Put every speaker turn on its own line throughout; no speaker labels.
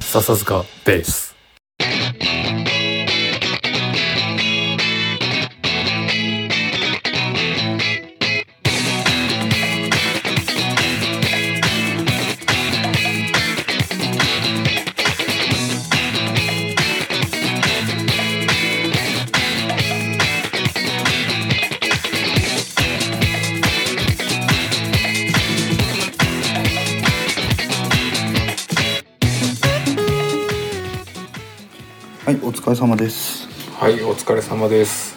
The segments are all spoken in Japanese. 笹塚ベース
はいお疲れ様です
はいお疲れ様です、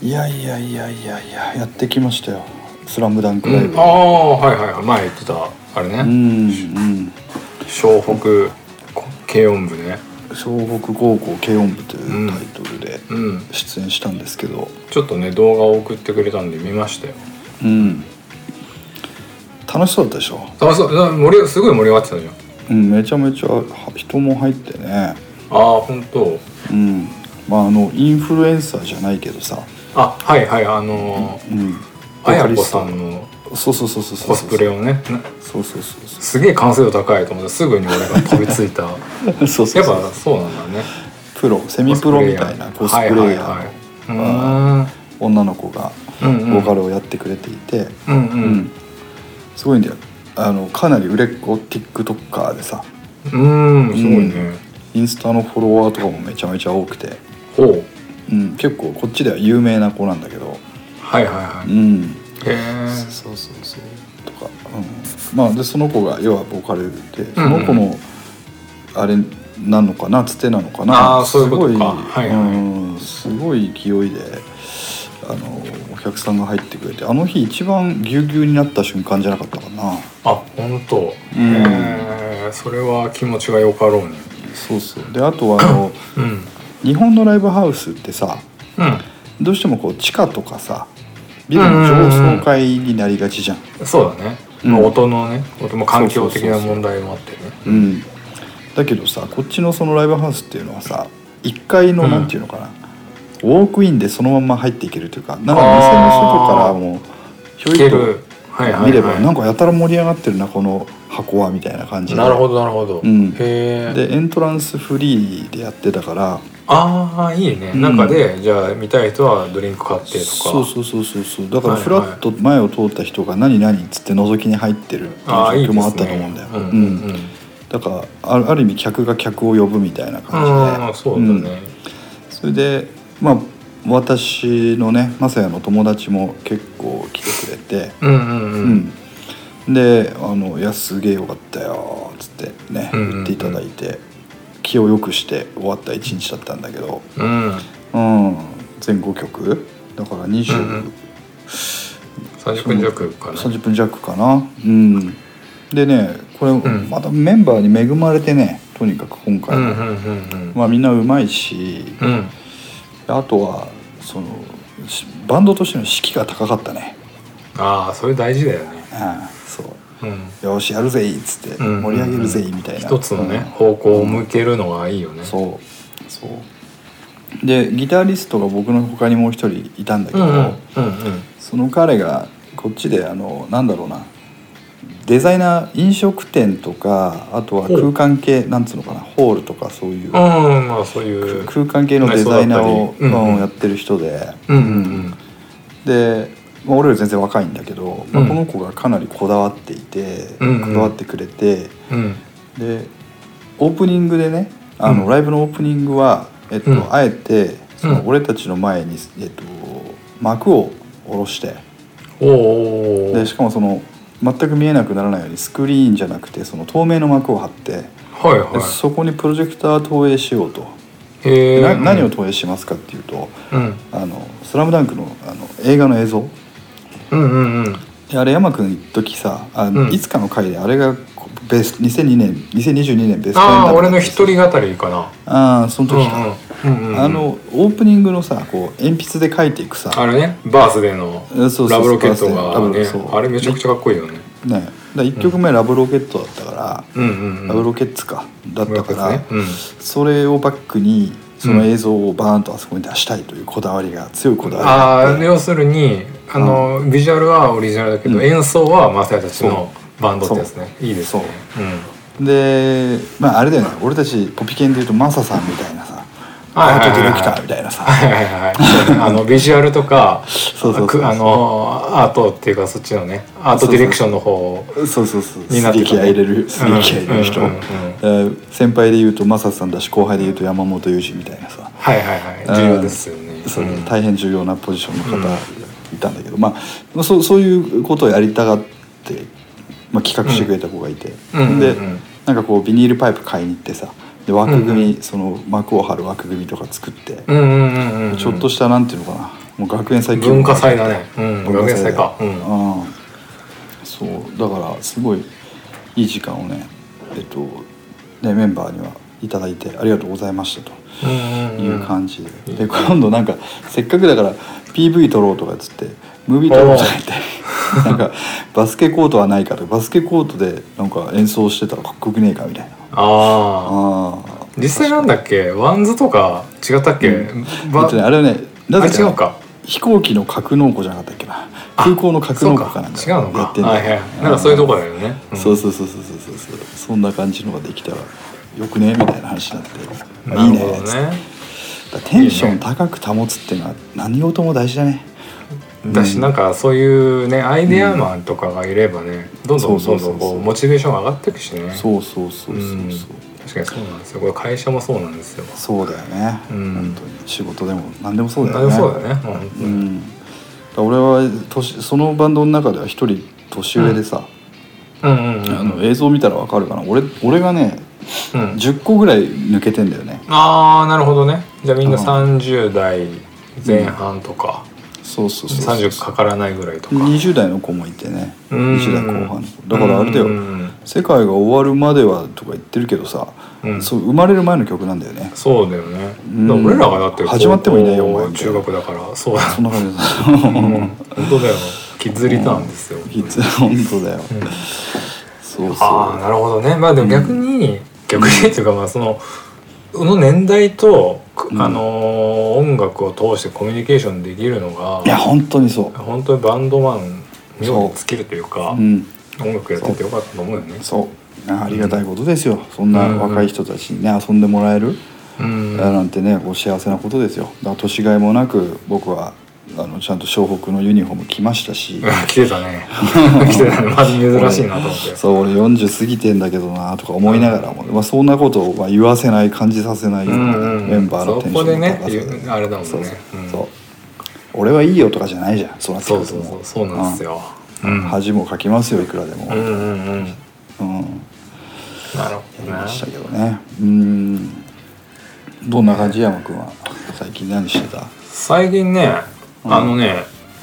いやいやいやいやいややってきましたよ「スラムダンクライブ
ああはいはいはい前言ってたあ
う
れね
んうん
湘北軽音部ね
湘北高校軽音部といううんタイトルで
うん
出演したんですけど
ちょっとね動画を送ってくれたんで見ましたよ
うん楽しそうだったでしょ
あそうな盛りすごい盛り上がってたじゃん
うんめちゃめちゃは人も入ってね
ああ本当
うんまああのインフルエンサーじゃないけどさ
あはいはいあのー
うん
あやこさんの
そうそうそうそうそう
コスプレをねな
そうそうそうそ
すげえ完成度高いと思ってすぐに俺が飛びついた やっ
うそうそうそう
ぱそうなんだね
プロセミプロみたいなコスプレイ
はい
ヤ
はい
ーの
はいうーん
女の子が
うんうん
ボカルをやってくれていて、
うん
う
う
んんすごいんだよあのかなり売れっ子 TikToker でさ
うんすごいね
インスタのフォロワーとかもめちゃめちゃ多くて、
ほう
うん、結構こっちでは有名な子なんだけど、
はいはいは
う
い
ん、
へえ
そうそうそうとか、うん、まあでその子が要はボーカルでそ
うんうん
の子のあれなのかなつてなのか
あ
な
ーそういうことか
すご
はいはい
うん、すごい勢いであのお客さんが入ってくれてあの日一番ぎゅうぎゅうになった瞬間じゃなかったかな
あ本当
うん
へえそれは気持ちがよかろうね
そうそうであとはあ の
うん
日本のライブハウスってさ
う
どうしてもこう地下とかさビルの上層階になりがちじゃん。
んそうだね
うん
まあ音のね音も環境的な
そうそうそうそう
問題もあってね
うん、だけどさこっちのそのライブハウスっていうのはさ1階の
うん
なんていうのかな、ウォークインでそのまま入っていけるというかなんか
あー
店の外からもうひょ
聞け
いと
るはいはいはい
見れば、なんかやたら盛り上がってるなこの箱はみたいな感じで
なるほどなるほど
うん
へえ
でエントランスフリーでやってたから
ああいいね
うん
中でじゃあ見たい人はドリンク買ってとか
そうそうそうそうそうだから
はいはい
フラッと前を通った人が「何々」っつって覗きに入ってるっていう状
ああいいです
況
ね
もあったと思うんだよ
う
うん
んうん
だからあるある意味客が客を呼ぶみたいな
う
感じで
んああそうだ
うん
ね
それでまあ私のね雅也の友達も結構来てくれて、
うんうん
う
うん
んであの「いやすげえよかったよ」っつってね
うんうんう
言
ん
っていただいて気を良くして終わった一日だったんだけど、
うん
うん、全5曲だから20、
うんうん30分弱かな
30分弱かな、うん、でねこれ
ん
またメンバーに恵まれてねとにかく今
う
回、
んうんうん
まあ、みんなうまいし、
うんうん
あとはそのしバンドとしての士気が高かったね、
ああそれ大事だよね
ああそう
うん
よしやるぜっつって
うん
盛り上げるぜみたいな
一つのね、
うん
方向を向けるのがいいよね、
そうそうでギタリストが僕の他にもう一人いたんだけ
うん
ど、
うんうんうん
その彼がこっちであのなんだろうなデザイナー飲食店とかあとは
ほう
空間系なんつうのかなホールとかそういう
うんまあそういう
空間系のデザイナーを、
内装だったりうんうん
うんやってる人で、
うんうんうん
で、まあ、俺より全然若いんだけど、まあ、
うん
この子がかなりこだわっていて、
うんうん
こだわってくれて
うん
でオープニングでねあの、
うん
ライブのオープニングは、えっと
うん
あえてそうの
ん
俺たちの前に、えっと、幕を下ろして
おーお
でしかもその全く見えなくならないようにスクリーンじゃなくてその透明の幕を張って、で
はいは
そこにプロジェクター投影しようと。
いへえ
な何を投影しますかっていうと
うん
「あのスラムダンクのあの映画の映像
うんうんうん
であれ山君一時さあの、
うん
いつかの回であれがこうベスト2002年2022年ベストエン
あ
タ
あ
メ
俺
だ
の
ったんで
一
すよ
人語りかな
ああその
うんう
時か、
んうんうん
あのオープニングのさこう鉛筆で書いていくさ
あれねバースデーの
うんそうそう
ラブロケットが
バー
ね
スデーラブロそう
あれめちゃくちゃかっこいいよね
ねだ1曲目ラブロケットだったから、
うんうんうん
ラブロケッツかだったから、
ねうん
それをバックにその映像をバーンとあそこに出したいというこだわりが強いこだわりがあ
あ
っ
あ
て、
要するにあの、ビジュアルはオリジナルだけど、
うん
演奏はマサヤたちのバンドってやつねいいです
そう
ね
でまああれだよね俺たちポピケンでいうとマサさんみたいなさ
はい
ア
はい
ート
はい
ディ
は
レ
い
クターみたいなさ
はいはい はいあのビジュアルとか
そうそうそうそう
くあのアートっていうかそっちのねアートディレクションの方
そうそうそう
にな
す
っ
げえ
てた
気
ね
合い入れるすげえ気合い入れる人
うんうんうん
えー先輩で言うとマサさんだし後輩で言うと山本裕二みたいなさ
はいはいはい重要ですよね
そう
うん
大変重要なポジションの方がいたんだけど、まあそうそういうことをやりたがって、まあ、企画してくれた子がいて、
うんうん
で、
うんうん
なんかこうビニールパイプ買いに行ってさで枠組み、その幕を張る枠組みとか作って、
うんうんうんうん
ちょっとしたなんていうのかなもう学園祭級の
文化祭だねうん学園祭かう
うんん、そうだからすごいいい時間をねえっとねメンバーにはいただいてありがとうございましたと。
うん
いう
うん
感じで,、で今度なんかせっかくだから PV 撮ろうとかっつってムービー撮ろうとか言ってなんかバスケコートはないかとかバスケコートでなんか演奏してたらかっこよくねえかみたいな
ああ
ああ
実際なんだっけワンズとか違ったっけ
え
ば
っとねあれはねなぜか,、
あ違うか
飛行機の格納庫じゃなかったっけな空港の格
そう
納庫か
か
なんか
違うの
や
か
ってんだ
はいはいなんかそういうとこだよねん
そうそうそうそうそうそうそうそんな感じのができたらよくねみたいな話になって「まあ
ない
い
る
ね」
ほど
つって
ね
だからテンション高く保つっていうのは何事も大事だね
だし
うん
なんかそういうねアイデアマンとかがいればねどんどん
そ
ど
うんそうそ
ど
うんそう
こうモチベーションが上がっていくしね
そうそうそうそうそう、
ん確かにそうなんですよこれ会社もそうなんですよ
そうだよね、
うん
本当に仕事でも何でもそうだ
あ
よ
で
ね
もそうだよねうん
うんだから俺は年そのバンドの中では一人年上でさ、
うんうん
あ
うん
の映像見たらわかるかな俺俺がね
うん
10個ぐらい抜けてんだよね
ああなるほどねじゃあみんな
うん
30代前半とか
そうそうそうそう
30かからないぐらいとか
20代の子もいてね
うん
20代後半の子だからあれだよ
うん
世界が終わるまではとか言ってるけどさ、
うん
そう生まれる前の曲なんだよね
そうだよね
うん
だから俺らがだって
始まってもいないよ
高校
お前
中学だからそうだ
そんな感じだ
うん本当だよキッズリターンですよ
いつ本当だよ、
うん
そう
ああ
そ
なるほどねまあでも逆に、逆にっていうかまあそのこの年代と、く
うん
あのー音楽を通してコミュニケーションできるのが
ういや本当にそう
本当にバンドマン妙に尽きるというか
うん、
音楽やっててよかったと思うよね。
そうあありがたいことですよ、そんな
うん
若い人たちにね遊んでもらえる、
うん
なんてねお幸せなことですよだから年がいもなく僕はあのちゃんと湘北のユニフォーム着ました し、
うん来てたね来てたねマジ珍しいなと思って。
そう俺40過ぎてんだけどなとか思いながらも、まあ、そんなことをまあ言わせない感じさせないようなね、
うんうん
メンバーのテンションの高さ
そこでねっていうあれだもんね
そうそう,、
うん
そう俺はいいよとかじゃないじゃんそうなってく
そう
ると
そ
も
うそうそうなんですよ。うんうん
恥もかきますよいくらでも、
うんうん。
うん
なる
や
ほ
り
ど
ま
な
したけどねうんどんな感じ山くんは最近何してた
最近ね
うん
あのね、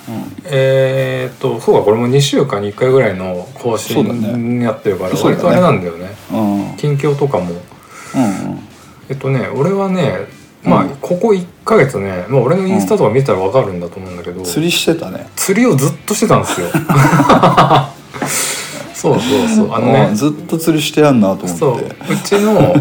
うん
えー、っとそうかこれも2週間に1回ぐらいの更
そうだね
新になってるから、
そうだ
割
ね
とあれなんだよね
うんうん
近況とかも
うん
えっとね俺はねまあ、
うん
ここ1ヶ月ね、まあ、俺のインスタとか見てたら分かるんだと思うんだけど、
釣りしてたね
釣りをずっとしてたんで すよそうそうそうあの
う
ね
んずっと釣りしてやんなと
そ
思
う
って
うちの、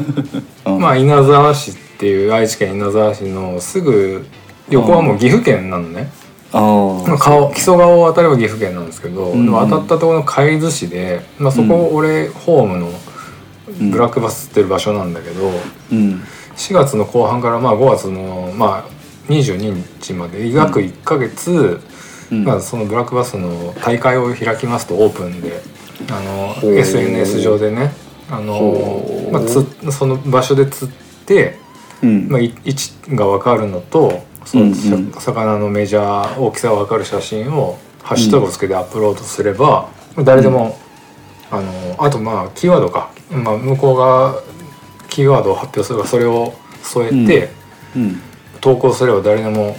うん
まあ稲沢市っていう愛知県稲沢市のすぐ横はもう岐阜県なのね、
あ
まあ、
ー
顔木曽川を渡れば岐阜県なんですけど、
うん
でも当たったところの海津市で、まあ、そこ俺ホームのブラックバス釣ってる場所なんだけど、
うん
4月の後半からまあ5月のまあ22日まで約1ヶ月、
うん
まあ、そのブラックバスの大会を開きますとオープンであ
ほ
の
う
SNS 上でねあの
ほ、う
まあ、つその場所で釣って、
うん
まあ、い位置が分かるのとそ
うんう
の
ん
さ魚のメジャー大きさが分かる写真をハッシュタグをつけてアップロードすれば、誰でも、あのあとまあキーワードか、まあ、向こうがキーワードを発表するからそれを添えて、
うん
投稿すれば誰でも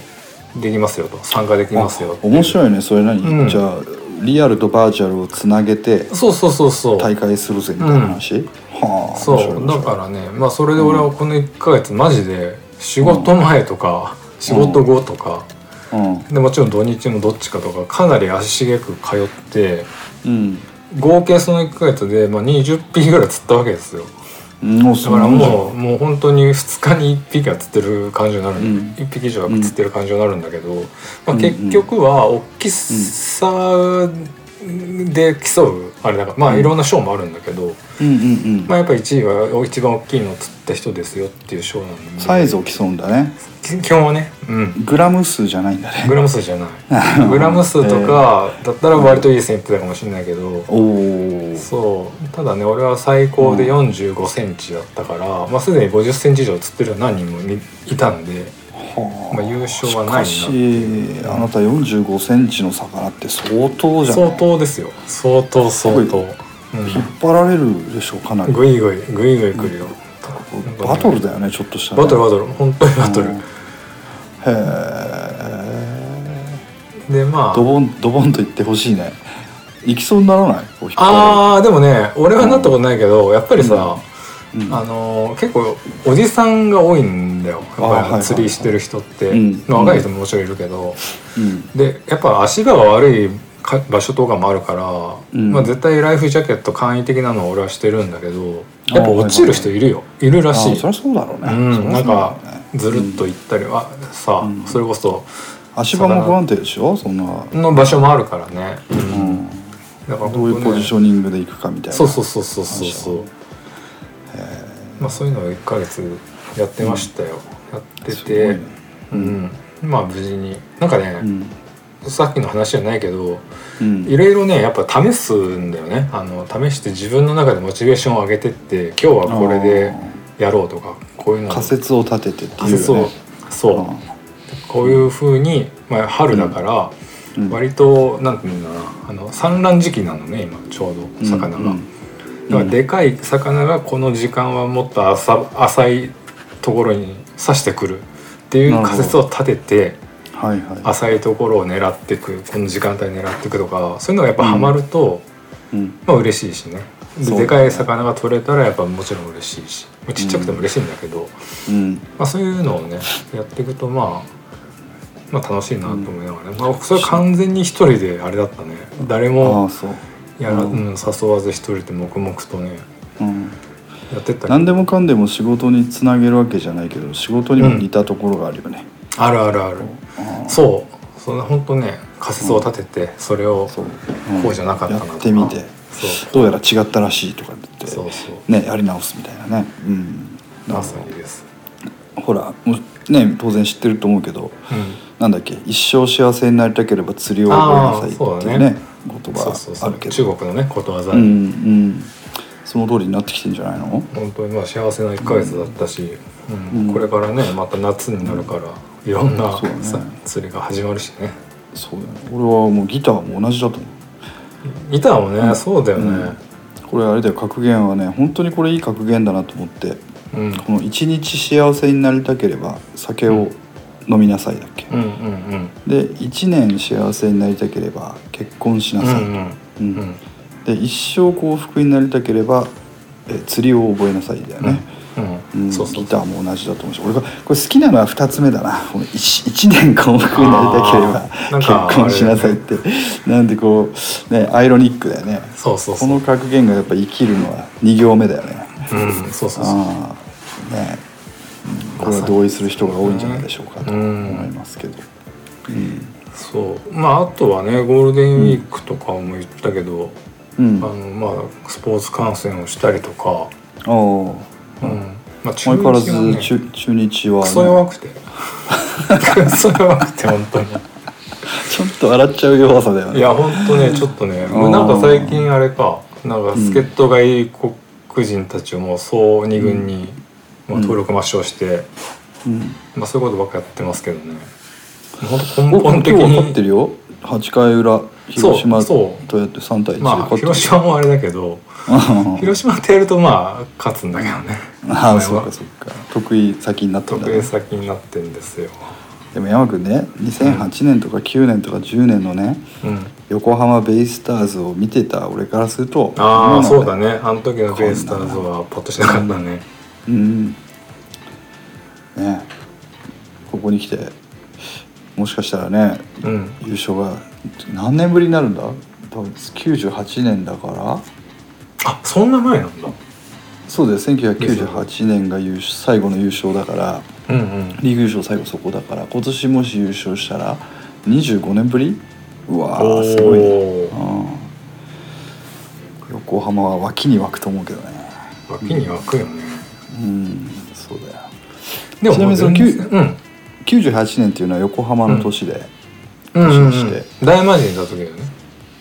できますよと参加できますよ
あ面白いねそれ何、
うん
じゃあリアルとバーチャルをつなげて
そうそうそうそう
大会するぜみたいな話、はあ
そうだからねまあそれで俺はこの1ヶ月マジで仕事前とか、仕事後とか、
らうん
でもちろん土日もどっちかとかかなり足しげく通って
うん
合計その1ヶ月で、まあ、20匹ぐらい釣ったわけですよ
うんもう
だ
そ
か
ん
ら
な
も
も
うもう本当に2日に1匹は釣ってる感じになる、
うん
1匹以上は釣ってる感じになるんだけど、まあ、
うん
結局は大きさで競うあれだからまあいろんな賞もあるんだけど、
うんうんうん
まあ、やっぱ1位は一番大きいのを釣った人ですよっていう賞なんで
サイズを競うんだね
き基本はね、うん、
グラム数じゃないんだね
グラム数じゃ ないグラム数とかだったら割といい線いってたかもしれないけど、
おお
そうただね俺は最高で4 5センチだったから、まあ、すでに5 0センチ以上釣ってる何人もいたんで、まあ、優勝はないな
しかしあなた4 5センチの魚って相当じゃん
相当ですよ相当相
す
当、
ご
う
い引っ張られるでしょうかなり
ん、グイグイグイグイ来るよ、
バトルだよねちょっとしたね
バトルバトル本当にバトル、
うんへえ
でま
ド
あ
ボンドボンと言ってほしいね行きそうにならないこう引っ張
あーでもね俺はなったことないけど、やっぱりさ、
られるうん
あのー結構おじさんが多いんだよ
あーは
や
いは
っぱ
い
り釣りしてる人って、
うん
まあ、若い人ももちろんいるけど、
うん
でやっぱ足が悪いか場所とかもあるから、
うん
まあ、絶対ライフジャケット簡易的なのを俺はしてるんだけど
あー
やっぱ落ちる人いるよいるらし
あ
い
そりゃそうだろうね
う
そり
ん、
ゃ
な
そうだ
ん
ろ
か
うね
ずるっと行ったりは、さ、
うん
それこそ
足場も不安定でしょそんな
の場所もあるからね、う
うんん
だから
どういうポジショニングで行くかみたいな
そうそうそうそうそうそう
へえ
まあそういうのを1ヶ月やってましたよ、やって
すごい
て、
ね
うん、まあ無事になんか
う
ね、
ん
さっきの話じゃないけど
うん
いろいろねやっぱ試すんだよねあの試して自分の中でモチベーションを上げてって今日はこれでやろうとかこういうのを
仮説を立ててっていう
仮
ね
説をそう、こういうふうに、まあ、春だから、
うんうん
割となんていうんだろうなあの産卵時期なのね今ちょうど魚が、
うん
だからでかい魚がこの時間はもっと浅浅いところに刺してくるっていう仮説を立てて
はいは
浅いところを狙ってくこの時間帯狙ってくとかそういうのがやっぱハマると、
いうん
まあ嬉しいしねで
そう
でかい魚が取れたらやっぱもちろん嬉しいしまあちっちゃくても嬉しいんだけど、
うん
まあ、そういうのをねやっていくとまあまあ楽しいなと思いながらね、まあ、それは完全に一人であれだったね誰
あ
も
あそう
やら、
うん
うん誘わず一人で黙々とね
うん
やってったけど
何でもかんでも仕事につなげるわけじゃないけど仕事にも似たところがあるよね、
あるあるある
あ
そうそんな本当ね仮説を立ててそれを
あそう、
こうじゃなかったな
や
とか
ってみて
そう
どうやら違ったらしいとかって言って
そうそう
ねやり直すみたいなねうん
まさにです、
ほらもうね当然知ってると思うけど
うん、
なんだっけ一生幸せになりたければ釣りを覚えなさいっていうね言
そうそう
葉
そ
あ
う
るけど
中国のねことわざ、
うんうんその通りになってきてんじゃないの
本当にまあ幸せな1ヶ月だったし、うん
うん
これからねまた夏になるから、いろんな
そうだね
さ釣りが始まるしね
そうだね俺はもうギターも同じだと思う
ギターもね、そうだよね
これあれだよ格言はね本当にこれいい格言だなと思って
うん、うん、
この「一日幸せになりたければ酒を飲みなさい」だっけ、
うんうん
で「一年幸せになりたければ結婚しな
うんう
さい」
ん
うんで「一生幸福になりたければえ釣りを覚えなさい」だよね、
う
うんん
そうそう
ギターも同じだと思うし俺がこれ好きなのは2つ目だなこの 1, 年幸福になりたければ
あーなんか
結婚しなさいってなんでこうねアイロニックだよね
そうそう
こ
そう
の格言がやっぱ生きるのは2行目だよね
うんそうそうそう
ああねうんこれは同意する人が多いんじゃないでしょうかと
うん
思いますけど、うん
そうまああとはねゴールデンウィークとかも言ったけど、
うん、
あのまあスポーツ観戦をしたりとか、
おー
うんまあ、中
相
日
変わ
は
らず
ね
中,、中日は、
クソ弱 くてクソ弱くて本当に。
ちょっと笑っちゃう弱さだよね
いやほんとねちょっとね
うん
なんか最近あれかなんか助っ人外国人たちをもう総2軍に、まあ、登録抹消して、
うん
まあ、そういうことばっかやってますけどね本
お
当根本的
今日分かって
に
るよ8回裏広島
そ
と
う
やって3対1で
まあ
勝ってる
広 島もあれだけど広島ってやるとまあ勝つんだけどね
ああ
それ
そう
は
かそうか得意先になったんだ
得
ね
意先になってんですよ
でも山君ね2008年とか9年とか10年のね
うん
横浜ベイスターズを見てた俺からすると
ああ
今の
そうだねあの時のベイスターズはパッとしなかったね
うんねここに来てもしかしたらね
うん
優勝が何年ぶりになるんだ多分98年だから
あそんな前なんだ
そうだよ1998年が優勝最後の優勝だから
うんうん
リーグ優勝最後そこだから今年もし優勝したら25年ぶりうわ
お
ーすごいね、う
ー
ん浜は脇に湧くと思うけどね
脇に湧くよね
うんそうだよ
でも
ちなみにその
全然うん
98年っていうのは横浜の年で、
うんうんう
年
ん
して
大魔神いた時だよね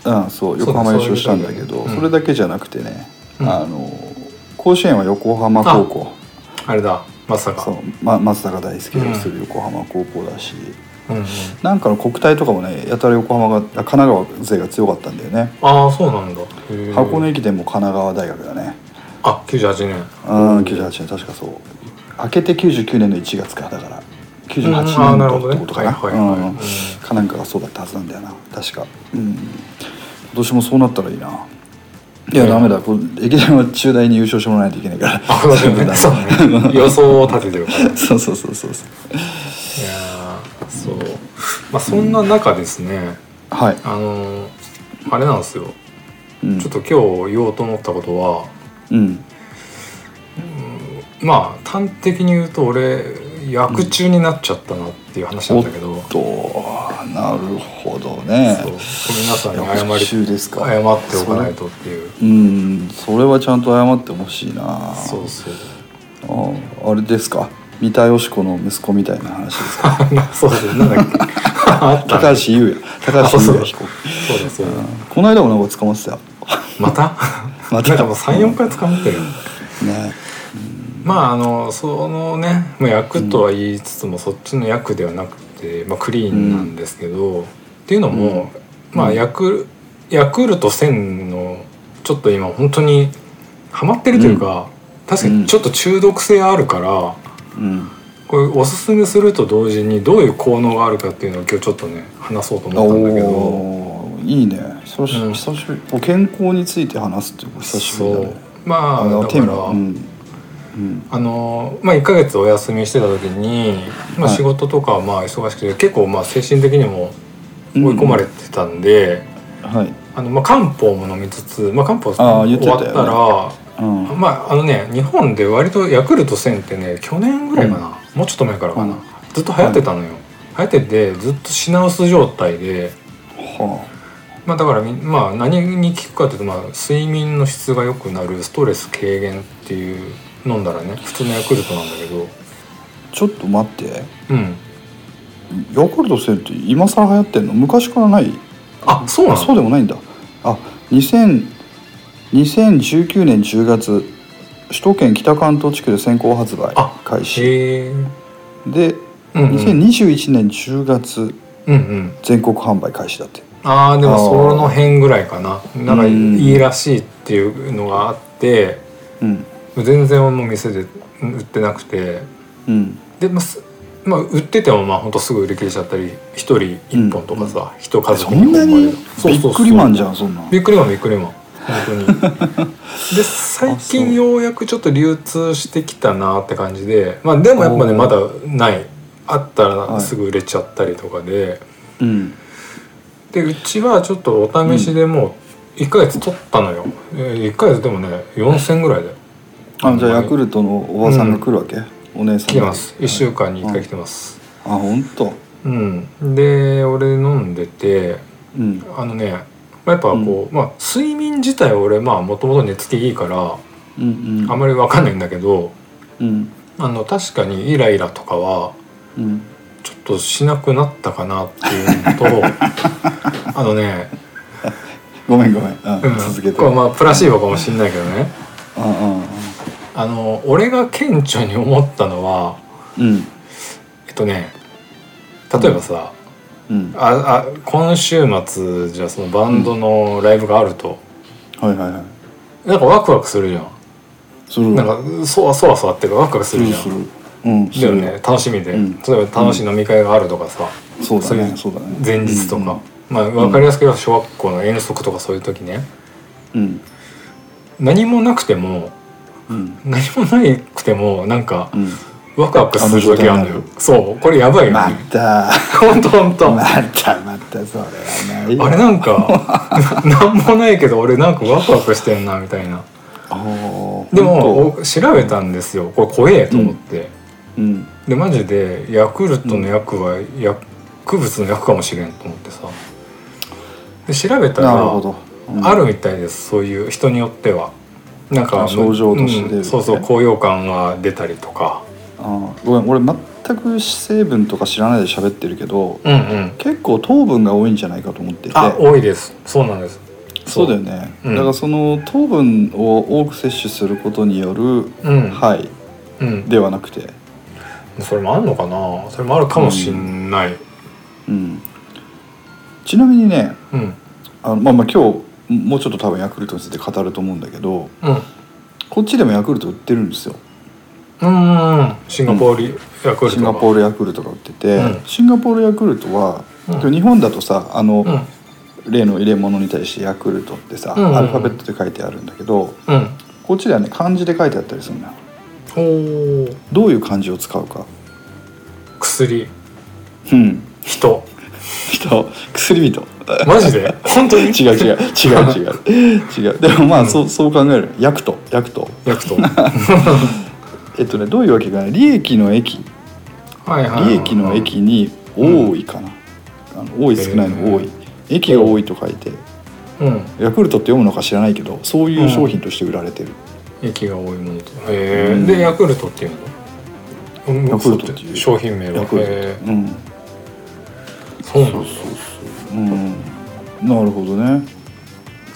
うんそう
そ
横
うだ
浜優勝したんだけど
そういうことだよね
それだけじゃなくてね、
うん
あの甲子園は横浜高校
あれだまさか
そう、ま、松坂大輔をする横浜高校だし、
うんうん、
なんかの国体とかもねやたら横浜があ神奈川勢が強かったんだよね、
ああそうなんだへえ
箱根駅伝も神奈川大学だね
あ98年
うん98年確かそう明けて99年の1月かだから98
うんあ
年
ーなる
度
ほど
って
ね
ことかな
はいはいはい
うんかなんかがそうだったはずなんだよな確かうん今年もそうなったらいいないや
うん
ダメだこう駅伝は中大に優勝してもらわないといけないから
あそうだ
ダメ
よね
だ
そうね予想を立てて るからいや
そうそうそうそうそう
ーそうまあそんな中ですね、
はい
あのーあれなんですよ
うん
ちょっと今日言おうと思ったことは
うん
まあ端的に言うと俺役中になっちゃったなっていう話なんだけど、
となるほどね
そう皆さんに謝
いや
り
復讐ですか
謝っておかないとっていう
うんそれはちゃんと謝ってほしいな
そうそう
ああれですか三田佳子の息子みたいな話です か
そうそうなんだっけあった
高橋優也高橋優也彦
そうだそうだ
この間もなんか捕まってたよ
また
また
なんかもう34回捕まってる
ね
まああのそのね、まあ、役とは言いつつも、そっちの役ではなくて、まあ、クリーンなんですけど、っていうのも、まあヤクヤクルト1000のちょっと今本当にハマってるというか、確かにちょっと中毒性あるから、
うん
これおすすめすると同時にどういう効能があるかっていうのを今日ちょっとね話そうと思ったんだけど
おーいいね久し,、
うん
久しぶりお健康について話すっていうのが久しぶりだ
そ
ね
うまあ
の
だ
テ
か
ー
ら、
マうん、うん、
あのまあ、1ヶ月お休みしてた時に、まあ、
はい
仕事とかはまあ忙しくて、結構まあ精神的にも追い込まれてたんで、
はい、
あのまあ、漢方も飲みつつ、まあ、漢方
あー
終
言ってた
わ
よ
っ
ね
たら
うん、
まああのね日本で割とヤクルト1000ってね去年ぐらいかな、もうちょっと前からかな、
うん
ずっと流行ってたのよ、流行っててずっと品薄状態で、
は
まあ、だからみ、まあ、何に効くかというと、まあ、睡眠の質が良くなるストレス軽減っていう飲んだらね普通のヤクルトなんだけど。
あちょっと待って
うん、
ヤクルト1000って今更流行ってんの昔からない
あそうな
あ
の
そうでもないんだあ2000 2019年10月首都圏北関東地区で先行発売
あ
開始
へえうん
で、
うん
2021年10月
うんうん
全国販売開始だって
ああでも
あー
その辺ぐらいかななんか
うん
いいらしいっていうのがあって
うん
全然もう店で売ってなくて
うん
で、まあすまあ、売っててもまあほんとすぐ売り切れちゃったり1人1本とかさ、一家族
そんなに
二本まで
びっくりマンじ
ん
ゃんそんなん
びっくりマンびっくりマン 本当にで最近ようやくちょっと流通してきたなって感じでまあでもやっぱね
おー
まだないあったら
はい
すぐ売れちゃったりとかで、
うん
でうちはちょっとお試しでもう1ヶ月取ったのよ、えー1ヶ月でもね4000ぐらいで
あじゃあヤクルトのおばさんが来るわけ、お姉さんが
来てます1週間に1
は
回
い
来てます、
あ本当
うんで俺飲んでて
うん
あのねやっぱこう、まあ睡眠自体は俺まあもともと寝つきいいから
うんうん
あんまりわかんないんだけど
うん
あの確かにイライラとかは
うん
ちょっとしなくなったかなっていう のとあのね、
ごめんごめん、うん
うん、
続けて
これはまあプラシーボかもしんないけどね
うん
あの俺が顕著に思ったのは
うんうん
えっとね例えばさ、
うん
ああ今週末じゃあそのバンドのライブがあると、
はいはいはい
なんかワクワクするじゃん、
する
なんかそわそわそわっていうかワクワクするじゃん、
するうんす
だよ
る
ね楽しみで、
うん
例えば楽しい飲み会があるとかさ、
そうだねそ
そ
うう
いう
だね
前日とか、まあ分かりやすく言えば小学校の遠足とかそういう時ね
うん
何もなくても
うん
何もなくてもなんか
うん
ワクワクする時あるのよそうこれやばいよ
ま
ね、
た
ほんとほんと
またまたそれはない
あれなんか なんもないけど俺なんかワクワクしてんなみたいな
おー
で
ほん
も
と
お調べたんですよこれ怖えと思って、
うん
でマジでヤクルトの薬は薬物の薬かもしれんと思ってさで調べたら
なるほどうん
あるみたいですそういう人によってはなんか
あ症状として出る
うんそうそう高揚感が出たりとか
あーごめん俺全く成分とか知らないで喋ってるけど、
うんうん
結構糖分が多いんじゃないかと思っていて
あ多いですそうなんです
そうだよね、
うん
だからその糖分を多く摂取することによる
うん、
はい
うん、
ではなくて、
それもあるのかなそれもあるかもしんない
うん、ちなみにね
うん
あのまあまあ今日もうちょっと多分ヤクルトについて語ると思うんだけど
うん
こっちでもヤクルト売ってるんですよ
うんうんシンガポールヤクルトが
シンガポールヤクルトが売ってて、
うん
シンガポールヤクルトは、
うん
日本だとさあの、
うん
例の入れ物に対してヤクルトってさ、
うんうんうん
アルファベットで書いてあるんだけど
うん
こっちではね漢字で書いてあったりするんだよ
おー
どういう漢字を使うか
薬
うん
人
人薬人
マジで本当に
違う違う違う違う違うでもまあ、そうそう考えるヤクトヤクト
ヤクトは
えっとねどういうわけかね利益の益
いはい
利益の益に多いかな、あの多い少ないの多い、益が多いと書いて
うん
ヤクルトって読むのか知らないけどそういう商品として売られてる、
駅が多いものとへえ、
うん
でヤクルトっていうの
ヤクルトっていう
商品名は
ヤクルトって
へえ
うん
そうなんだ
うんなるほどね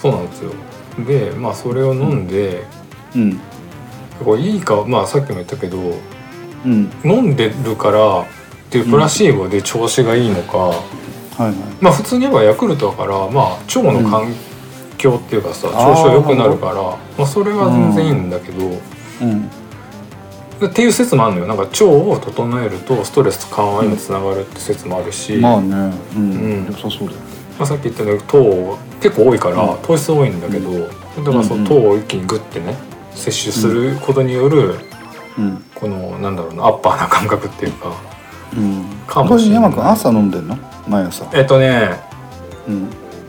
そうなんですよでまあそれを飲んで、
うん
これいいかまあさっきも言ったけど
うん
飲んでるからっていうプラシーボで調子がいいのか、
はいはい
まあ普通に言えばヤクルトだからまあ腸の環境っていうかさ、調子が良くなるからまあ、それは全然いいんだけど、
うん
っていう説もあるのよなんか腸を整えるとストレス緩和にもつながるって説もあるし、
まあねうん、
うん
良さそうだよね
まあ、さっき言ったように糖結構多いから、
うん
糖質多いんだけど、だからそ
うんうん
の糖を一気にグッてね摂取することによる、
うん
このなんだろうなアッパーな感覚っていうか
うん
かもしれない
こ山君朝飲んでんの毎朝
えっとね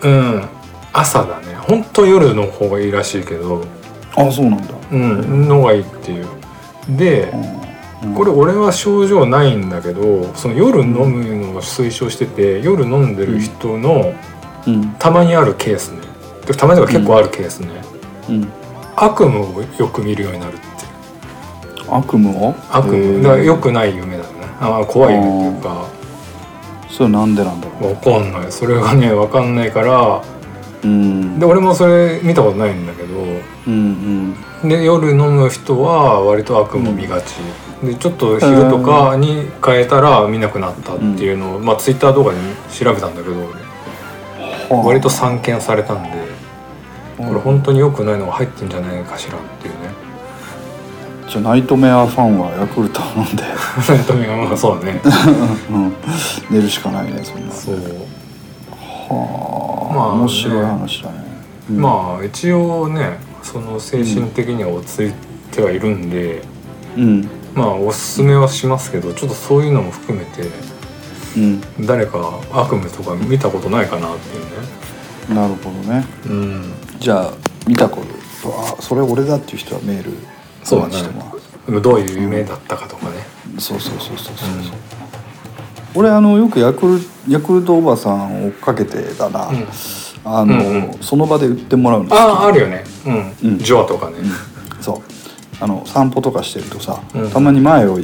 うん
うん朝だね本当夜の方がいいらしいけど
あそうなんだ
うんのがいいっていうで
うん
これ俺は症状ないんだけどその夜飲むのを推奨してて夜飲んでる人の
うん
たまにあるケースねてかたまにとか結構あるケースね、
うん
悪夢をよく見るようになるっていう
悪夢を
悪
へ
夢
ー
だから良くない夢だよねあー怖い夢っていうか
それなんでなんだろ
わかんないそれがねわかんないから
ううん
で俺もそれ見たことないんだけど
うん
で夜飲む人は割と悪夢を見がち、でちょっと昼とかに変えたら見なくなったっていうのを、まあツイッター動画で調べたんだけど
うん
俺割と散見されたんで
こ
これ本当に良くないのが入ってんじゃないかしらっていうね
じゃあナイトメアファンはヤクルトを飲んで、
とにかくまあそうだね
うん、寝るしかないねそんな
そう
はあ、
まあね
面白い話だね、うん
まあ一応ねその精神的には落ち着いてはいるんで、
うん
まあおすすめはしますけどちょっとそういうのも含めて
うん
誰か悪夢とか見たことないかなっていうね
なるほどね
うん
じゃあ見たことあそれ俺だっていう人はメール
そ
お
うだ
待
ね
ちしてます
でもどういう夢だったかとかね
そうそうそうそうそう、う俺あのよくヤクルヤクルトおばさんを追っかけてたら、
うん
あの、
うんうん
その場で売ってもらうんです
あああるよねう
うん
んジョアとかね
そうあの散歩とかしてるとさ、
うん
たまに前を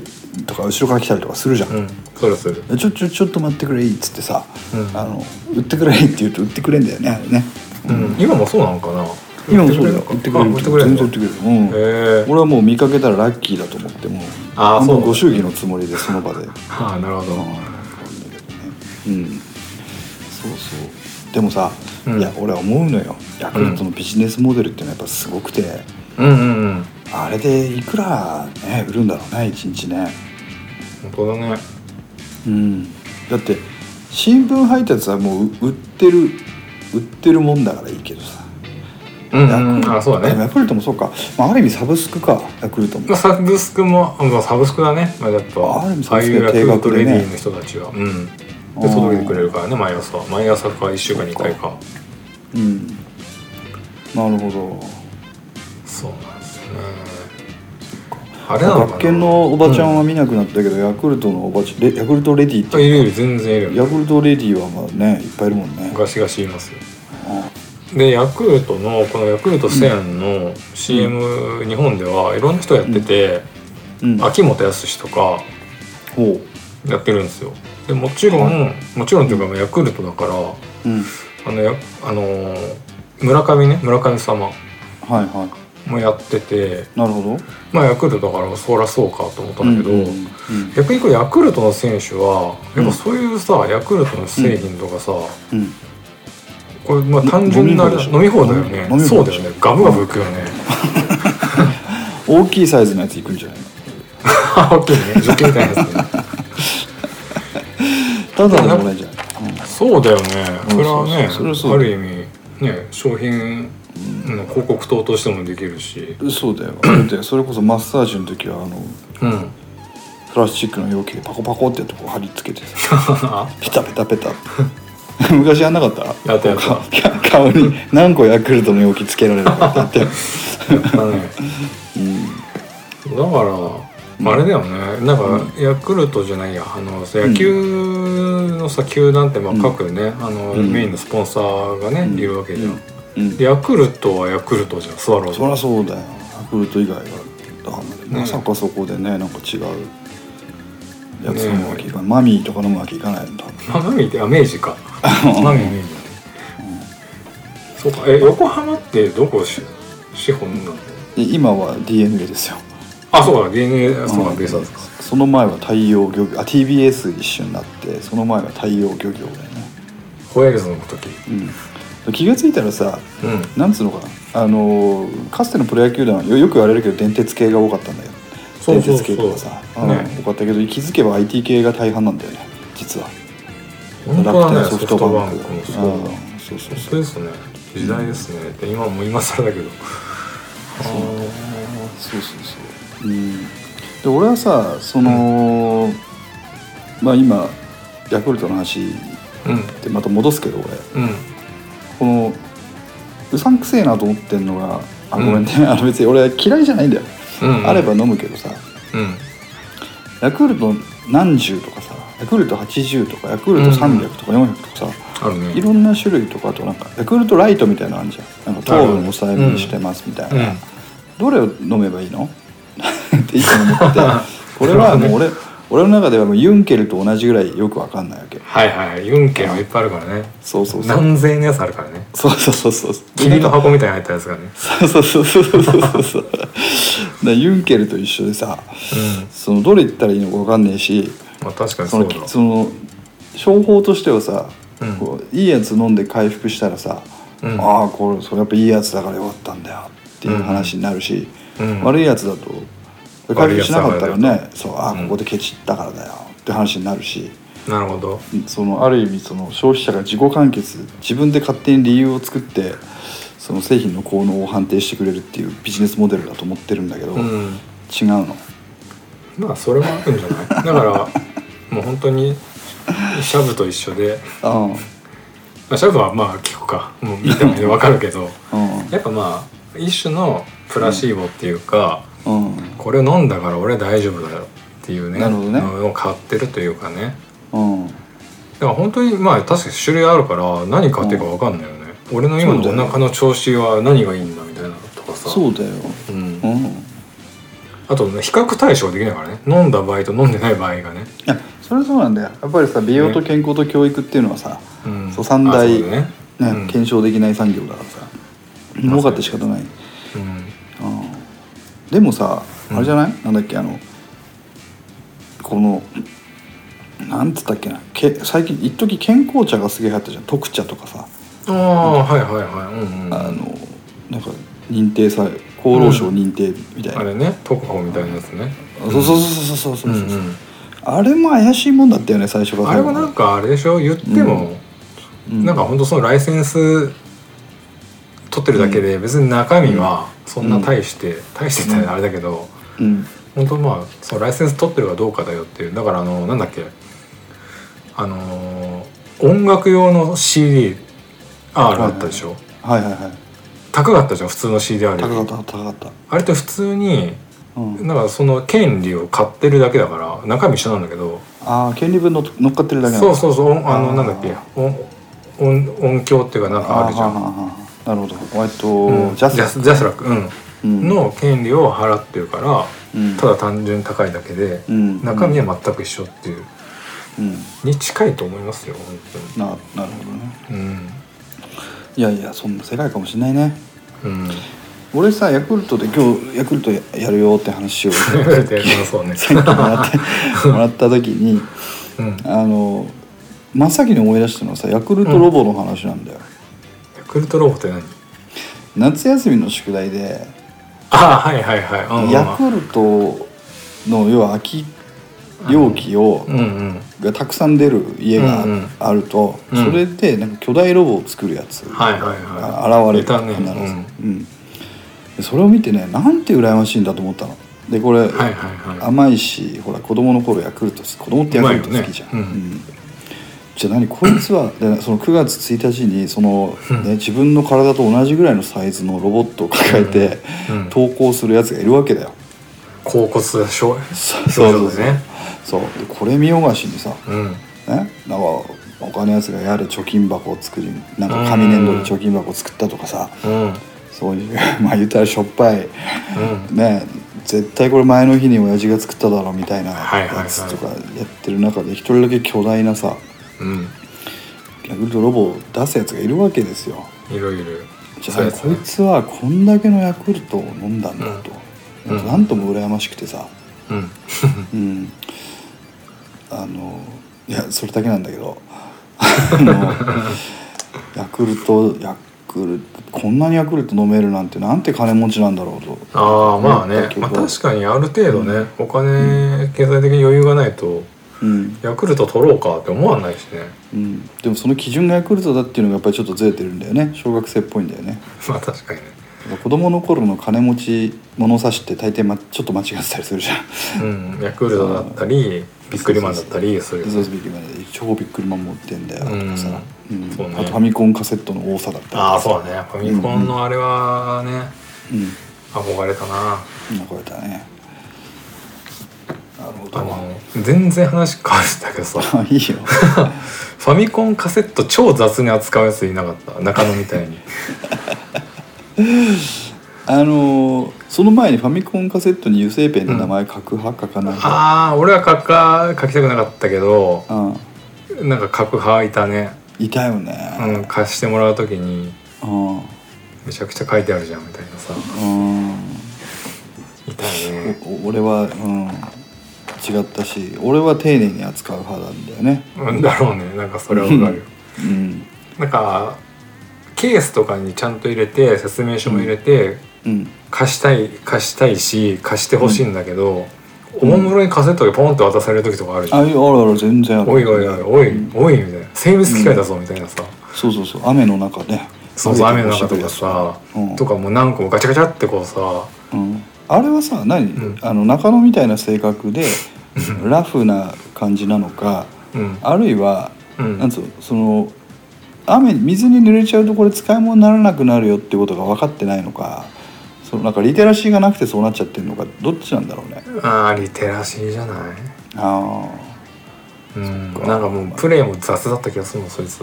とか後ろから来たりとかするじゃん、
うんそれする
ちょちょちょっと待ってくれいっつってさ、
うん
あの売ってくれいって言うと売ってくれんだよねあれね
うん今もそうなのかな
今もそうだよ
売
売
っ
ってて
く
く
れ
れる全然
るのかあ売
売っ
っ
ててく
くれ
れる、うん
るへえ
俺はもう見かけたらラッキーだと思ってもう
あー
んま
そう
ご祝儀のつもりでその場で
ああなるほど
うんそうそうでもさ、
うん
いや俺は思うのよヤクルトのビジネスモデルっていうのはやっぱすごくて、
うんうんうん
あれでいくらね売るんだろうね一日ね
本当だね
うんだって新聞配達はもうう売ってる売ってるもんだからいいけどさ
うん
ヤ
うん
クル
あそうだ
でも
ね
ヤクルトもそうか、まあ、ある意味サブスクかヤクルトも
まあサブスクもまあサブスクだねまあやっぱ
あある意味
あ
サ
あ
ブス
い
ク
う
で
ヤクルトレデ
定額でね
ィーの人たちはうんで届けてくれるからね毎朝毎朝か1週間に1回か
うんなるほど
そうなんですねあれなのかな
学研のおばちゃんは見なくなったけど、ヤクルトのおばちゃんレヤクルトレディって
いるいる全然いる
ヤクルトレディはまあねいっぱいいるもんね
ガシガシいますよ
うん
でヤクルトのこのヤクルト1000の CM、日本ではいろんな人やってて、
うん
秋元康とか
ほ
やってるんですよでもちろんもちろんというかヤクルトだから
ううん
あのやあのー村上ね村上様
はいは
もやってて
いなるほど
まあヤクルトだからそらそうかと思ったんだけど、
うんうんうん
逆にこうヤクルトの選手は
う
やっ
ん
ぱそういうさ、ヤクルトの製品とかさ、
うん
これまあ単純な
飲み放題でしょ
飲み放題よね
飲み
そ
放題
う
で
だ
しょ
よねガブガブいくよね、
大きいサイズのやついくんじゃないの
あ大きいねジョッキみたいなやつね
ただのもらえんじゃない
そうだよね
うん
それはね
そうそうそれはそう
ある意味ね商品の広告塔としてもできるし
うんそうだよだってそれこそマッサージの時はあの
うん
プラスチックの容器でパコパコってとこ貼り付けてさペタペタペタ 昔やんなかった
やったやった
こうか 顔に何個ヤクルトの容器つけられるかって
やったね
うん
だからあれだよねなんかヤクルトじゃないやあのさ野球のさ球団ってまあ
うん
各ね、あの
うん
メインのスポンサーがね、
うん
いるわけじゃん、
うん
でヤクルトはヤクルトじゃんスワローズ
そりゃそうだよヤクルト以外はだから、まさかそこでねなんか違うやつ飲むわけいかない、マミーとか飲むわけいかないんだ
あマミーってあ明治かマミー明治だね、そうかえ横浜ってどこし資本なの
で今は DNA ですよ
あそうか DNA そうか
うん
ベイスターズか
その前は太陽漁業あ TBS 一緒になってその前は太陽漁業だよね、
ホエールズの時
うん、気が付いたらさ
うん
なんつうのかなあのーかつてのプロ野球団はよよく言われるけど電鉄系が多かったんだよ
そう
電
そうそ
鉄
う
系とかさ、うん
ね
多かったけど気づけば IT 系が大半なんだよね実は。
本当
楽
だ
天
ね
ソ
ソ
フ
フ
ト
ト
バ
バ
ン
ン
ク
クもそううん
そうそうそ
そううですね時代ですねって今もう今更だけどあ
そうそうそううんで俺はさその、まあ今ヤクルトの話
ーうん
でまた戻すけど俺
うん
このうさんくせえなと思ってんのがあご
うん
めんね、 あの別に俺嫌いじゃないんだよ、
うんうん
あれば飲むけどさ
うん
ヤクルト何十とかさヤクルト80とかヤクルト300とか400とかさ、
あるね
いろんな種類とかあとなんかヤクルトライトみたいなのあるじゃんなんか糖分を抑えめにしてますみたいな、
うん
どれを飲めばいいの っていつも思 っててこれはもう俺俺の中ではもうユンケルと同じぐらいよくわかんないわけ
はいはいユンケンはいっぱいあるからね
そうそうそう
何千円のやつあるからね
そうそうそうそう
霧の箱みたいに入ったやつがね
そうそうそうそうそうそう そうだからユンケルと一緒でさ
うん
そのどれ言ったらいいのかわかんないし
まあ確かに
そ
そう
の
だ
その商法としてはさ、
うん
こういいやつ飲んで回復したらさ、
うん
ああこれそれやっぱいいやつだからよかったんだよっていう話になるし、
うん
悪いやつだと回復しなかったら
悪いやつだ
ね
から
そうああ
うん
ここでケチったからだよって話になるし、
なるほど
そのある意味その消費者が自己完結自分で勝手に理由を作ってその製品の効能を判定してくれるっていうビジネスモデルだと思ってるんだけど、
う
違うんの
まあそれもあるんじゃ ないだからもう本当にシャブと一緒で
あ
まあシャブはまあ聞くかもう見た目でわかる けど
あ
やっぱまあ一種のプラシーボっていうか、
うんうん
これ飲んだから俺大丈夫だよっていうね
なるほどね
のを買ってるというかね
うん
だから本当にまあ確かに種類あるから何買っていいか分かんないよね、俺の今
そうだよ
のお腹の調子は何がいいんだみたいなのとかさ
そうだよ
うん
う、んい
あとね比較対象できないからね飲んだ場合と飲んでない場合がね、
やそれはそうなんだよやっぱりさ美容と健康と教育っていうのはさ、
うん、
そう三大
あそうだね
ね
うん
検証できない産業だからさ儲かって仕方ない、
うん
うんでもさあれじゃない、なんだっけあのこのなんつったっけなけ最近一時健康茶がすげえ流行ったじゃん特茶とかさ、
ああはいはいはいうんうん
あの
あ
なんか認定さ厚労省認定みたいな、
れね特保みたいなやつね
そうそうそうそうそうそうう、
ん
そう
うん
あれも怪しいもんだったよね最初から
あ
最
れ
後ま
も
で
なんかあれでしょ言っても、
うん
なんか本当そのライセンス取ってるだけで別に中身はそんな大して、大してってあれだけど、
うん
本当まあそのライセンス取ってるかどうかだよっていうだからあのなんだっけあのー音楽用の CDR あったでしょ、
はいはいはい
高かったじゃん普通の CDR
高かった高かった
あれって普通に
うん、
なんかその権利を買ってるだけだから中身一緒なんだけど
ああ権利分の乗っかってるだけなん
そう
う
そうそうあの
あー
なんだっけ音音音響っていうかなんかあるじゃん
んなるほどえっと、
うん
ジャスラック
ジャスラック、うん
うん
の権利を払ってるから、
うん
ただ単純に高いだけで、
うん
中身は全く一緒っていう
うん
に近いと思いますよ本
ななるほどね
当にうん、
いやいやそんな世界かもしれないね
うん、
俺さヤクルトで今日ヤクルトややるよって話を
言われてまあそうね
さっきもら ってもらった時に
うん
あの真っ先に思い出したのはさヤクルトロボの話なんだよ、
ヤクルトロボって何
夏休みの宿題で
ああはいはいはいうんうん
ヤクルトの要は空き容器を、
うんうん
がたくさん出る家が
うんうん
あると、
うん
それでなんか巨大ロボを作るやつ
はいはい
が
はい
現れる、
いたね
必ず、うんでそれを見てねなんて羨ましいんだと思ったの。でこれ、
うん、はいはいはい
甘いしほら子供の頃ヤクルト好き子供ってヤクルト好きじゃん、
うまいよねうん
うんじゃあ何こいつはでその9月1日にその、ね、自分の体と同じぐらいのサイズのロボットを抱えて、
うんうん
投稿するやつがいるわけだよ。
甲骨症症
そう
状でね
そうでこれ見よがしにさ、
うん
ね、なんか他のやつがやれ貯金箱を作りなんか紙粘土で貯金箱を作ったとかさ、
うん
そういう まあ言ったらしょっぱい、
う
ね絶対これ前の日に親父が作っただろうみたいな
はいはいはい
やつとかやってる中で一人だけ巨大なさ
うん
ヤクルトロボを出すやつがいるわけですよ
いろいろ
じゃ
そう
あ
です
こ
ね
いつはこんだけのヤクルトを飲んだんだと、
うん
なんかなんとも羨ましくてさ、
うん
うん、あのいやそれだけなんだけどあのヤクルトヤクルトこんなにヤクルト飲めるなんてなんて金持ちなんだろうと
ああまあね
結、局
まあ、確かにある程度ね、お金経済的に余裕がないと
うん、
ヤクルト取ろうかって思わないしね
うん、でもその基準がヤクルトだっていうのがやっぱりちょっとずれてるんだよね小学生っぽいんだよね
まあ確かにね
子供の頃の金持ち物差しって大抵、ま、ちょっと間違ってたりするじゃん
うんヤクルトだったりビックリマンだったりそういう
そうそうビックリマンで超ビックリマン持ってんだよとかさ、
う
うんん
そうね
あとファミコンカセットの多さだったりとか
ああそうだねファミコンのあれはね、
うん
憧れたな
残れたねなるほ
あ
ど
の全然話変わるんだけどさ フ
あいいよ
ァミコンカセット超雑に扱うやついなかった中野みた いに
あのーその前にファミコンカセットに油性ペンで名前書く派書かない派
ああ俺は書か書きたくなかったけど
うん
なんか書く派いたね、
いたよ
う
ね
ん、貸してもらう時に
うん
めちゃくちゃ書いてあるじゃんみたいなさ
うん
いたね
おお俺はうん違ったし俺は丁寧に扱う派なんだよね
うんだろうねなんかそれはわ かるよ
うん
なんかケースとかにちゃんと入れて説明書も入れて、
うん
貸したい貸したいし貸してほしいんだけど、おもむろにカセットでポンって渡される時とかあるじゃん
あいやあるある全然ある
おいおいおいおいおいみたいな精密機械だぞみたいなさ、
そうそうそう雨の中ね
そうそう雨の中とかさ、
うん
とかもう何個もガチャガチャってこうさ
うんあれはさ何、
うん
あの中野みたいな性格でラフな感じなのか
うん
あるいは、
うん
なんつうのその雨水に濡れちゃうとこれ使い物にならなくなるよってことが分かってないのかそのなんかリテラシーがなくてそうなっちゃってるのかどっちなんだろうね。
あーリテラシーじゃない
あ
うんなんかもうプレイも雑だった気がするのそいつ